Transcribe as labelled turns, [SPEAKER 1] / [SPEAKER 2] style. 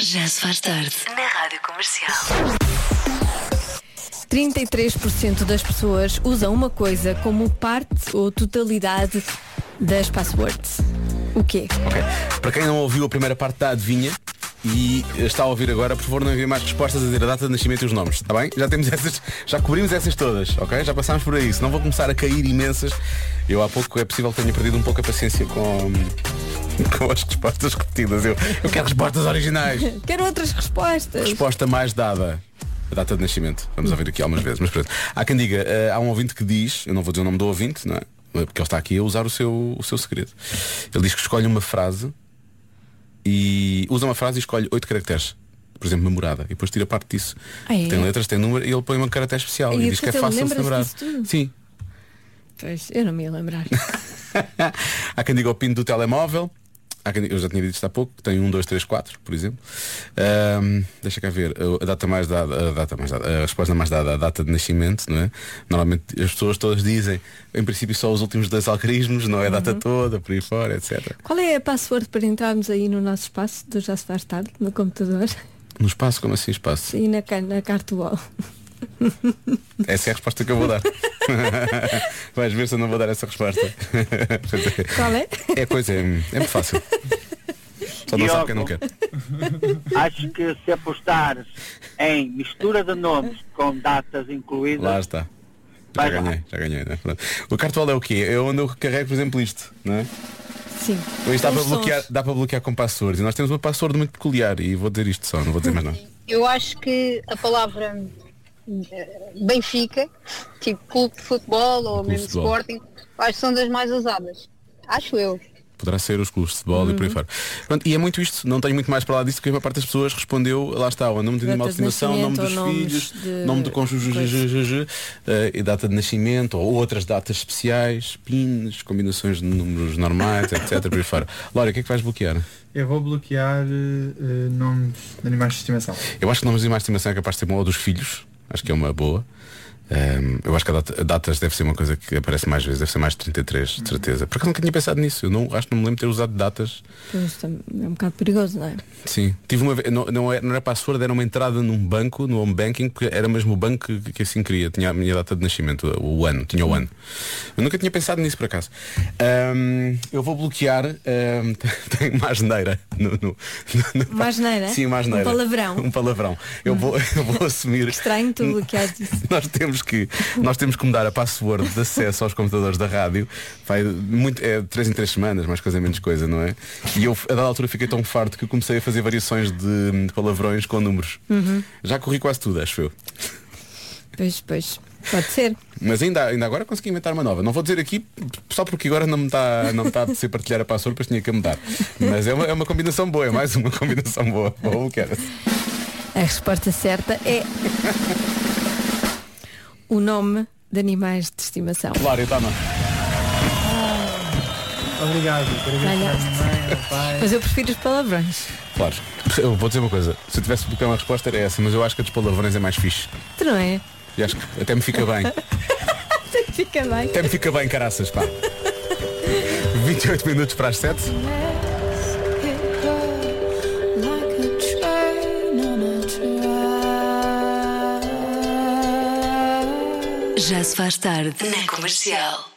[SPEAKER 1] Já se faz tarde. Na Rádio Comercial.
[SPEAKER 2] 33% das pessoas usam uma coisa como parte ou totalidade das passwords. O quê?
[SPEAKER 3] Para quem não ouviu a primeira parte da adivinha e está a ouvir agora, por favor não envie mais respostas a dizer a data de nascimento e os nomes, está bem? Já temos essas, já cobrimos essas todas, ok? Já passámos por aí, não vou começar a cair imensas. Eu há pouco é possível que tenha perdido um pouco a paciência com, com as respostas repetidas. Eu, eu quero respostas originais.
[SPEAKER 2] Quero outras respostas.
[SPEAKER 3] Resposta mais dada. A data de nascimento. Vamos ouvir aqui algumas vezes. Mas pronto. Há quem diga, eh, há um ouvinte que diz, eu não vou dizer o nome do ouvinte, não é? Porque ele está aqui a usar o seu, o seu segredo. Ele diz que escolhe uma frase e usa uma frase e escolhe oito caracteres. Por exemplo, memorada. E depois tira parte disso.
[SPEAKER 2] Ah, é?
[SPEAKER 3] Tem letras, tem número e ele põe um caractere especial.
[SPEAKER 2] E
[SPEAKER 3] E, diz que é
[SPEAKER 2] depois ele
[SPEAKER 3] fácil de lembrar.
[SPEAKER 2] lembra-se disso tudo?
[SPEAKER 3] Sim.
[SPEAKER 2] Pois, eu não me ia lembrar.
[SPEAKER 3] há quem diga o pino do telemóvel. Há quem diga- Eu já tinha dito isto há pouco, que tem um, dois, três, quatro, por exemplo. Ahm, deixa cá ver, a data mais dada, a data mais dada, a resposta mais dada, a data de nascimento, não é? Normalmente as pessoas todas dizem, em princípio só os últimos dois algarismos, não é a data toda, por aí fora, etc.
[SPEAKER 2] Qual é a password para entrarmos aí no nosso espaço do Já se faz tarde, no computador
[SPEAKER 3] No espaço, como assim espaço?
[SPEAKER 2] e na, ca- na cartwall?
[SPEAKER 3] Essa é a resposta que eu vou dar. Vais ver se eu não vou dar essa resposta.
[SPEAKER 2] Qual é?
[SPEAKER 3] é coisa, é, é muito fácil. Só não sabe quem não quer.
[SPEAKER 4] Acho que se apostares em mistura de nomes com datas
[SPEAKER 3] Lá
[SPEAKER 4] incluídas,
[SPEAKER 3] está. Já
[SPEAKER 4] Vai lá.
[SPEAKER 3] ganhei, já ganhei, né? Pronto. O cartol é o quê? É onde eu carrego, por exemplo, isto, não é? Então,
[SPEAKER 2] Sim.
[SPEAKER 3] Isto dá
[SPEAKER 2] Os
[SPEAKER 3] para,
[SPEAKER 2] sons.
[SPEAKER 3] bloquear, dá para bloquear com passwords. E nós temos uma password muito peculiar e vou dizer isto só, não vou dizer mais nada.
[SPEAKER 5] Eu acho que a palavra eh, Benfica, tipo clube de futebol ou
[SPEAKER 3] Clube de
[SPEAKER 5] mesmo
[SPEAKER 3] futebol.
[SPEAKER 5] Sporting, acho que são das mais usadas. Acho eu.
[SPEAKER 3] Poderá ser os clubes de futebol e por aí
[SPEAKER 2] Uhum.
[SPEAKER 3] fora. Pronto, e é muito isto, não tenho muito mais para lá disso, porque a maior parte das pessoas respondeu, lá está, o nome de animal de
[SPEAKER 2] Data de
[SPEAKER 3] estimação, nome dos
[SPEAKER 2] nascimento ou nomes
[SPEAKER 3] filhos,
[SPEAKER 2] de-
[SPEAKER 3] nome do cônjuge,
[SPEAKER 2] coisas.
[SPEAKER 3] ju- ju- ju- eh, e data de nascimento, ou outras datas especiais, pins, combinações de números normais, etc. por aí fora. Laura, o que é que vais bloquear?
[SPEAKER 6] Eu vou bloquear eh, eh, nomes de animais de estimação.
[SPEAKER 3] Eu acho que nomes de mais estimação é capaz de ser bom ou dos filhos. Acho que é uma boa. Ahm, eu acho que a, data- a datas deve ser uma coisa que aparece mais vezes, deve ser mais de 33, de certeza. Porque eu nunca tinha pensado nisso. Eu não, acho que não me lembro de ter usado datas.
[SPEAKER 2] Pois, tam- é um bocado perigoso, não é?
[SPEAKER 3] Sim. Tive uma vez, não, é, não era, não era password, era uma entrada num banco, no home banking, que era mesmo o banco que, que assim queria. Tinha a minha data de nascimento, o, ano, tinha o ano. Eu nunca tinha pensado nisso por acaso. Ahm, eu vou bloquear, ahm, tem uma asneira no, no, no-
[SPEAKER 2] Uma asneira?
[SPEAKER 3] Sim, uma asneira.
[SPEAKER 2] Um palavrão?
[SPEAKER 3] Um palavrão. Eu vou, eu vou assumir.
[SPEAKER 2] Estranho
[SPEAKER 3] Hum.
[SPEAKER 2] tu bloqueares isso.
[SPEAKER 3] Nós temos, que, nós temos que mudar a password de acesso aos computadores da rádio. Vai muito, é de 3 em 3 semanas, mais coisa menos coisa, não é? E eu a dada altura fiquei tão farto que comecei a fazer variações de, de palavrões com números. Já corri quase tudo, acho eu.
[SPEAKER 2] Pois, pois. Pode ser.
[SPEAKER 3] Mas ainda, ainda agora consegui inventar uma nova. Não vou dizer aqui, só porque agora não me está não me tá a apetecer partilhar a password, pois tinha que a mudar. Mas é uma, é uma combinação boa, é mais uma combinação boa. Ou o que era.
[SPEAKER 2] A resposta certa é o nome de animais de estimação.
[SPEAKER 3] Lário, toma.
[SPEAKER 6] Obrigado.
[SPEAKER 2] Ganhaste.
[SPEAKER 6] Agradeço à minha mãe, ao pai.
[SPEAKER 2] Mas eu prefiro os palavrões.
[SPEAKER 3] Claro. Eu vou dizer uma coisa. Se eu tivesse de colocar uma resposta era essa, mas eu acho que a dos palavrões é mais fixe.
[SPEAKER 2] Tu não é?
[SPEAKER 3] E acho que até me fica bem.
[SPEAKER 2] Fica bem.
[SPEAKER 3] Até me fica bem, caraças, pá. 28 minutos para as 7.
[SPEAKER 1] Já se faz tarde. Na Comercial.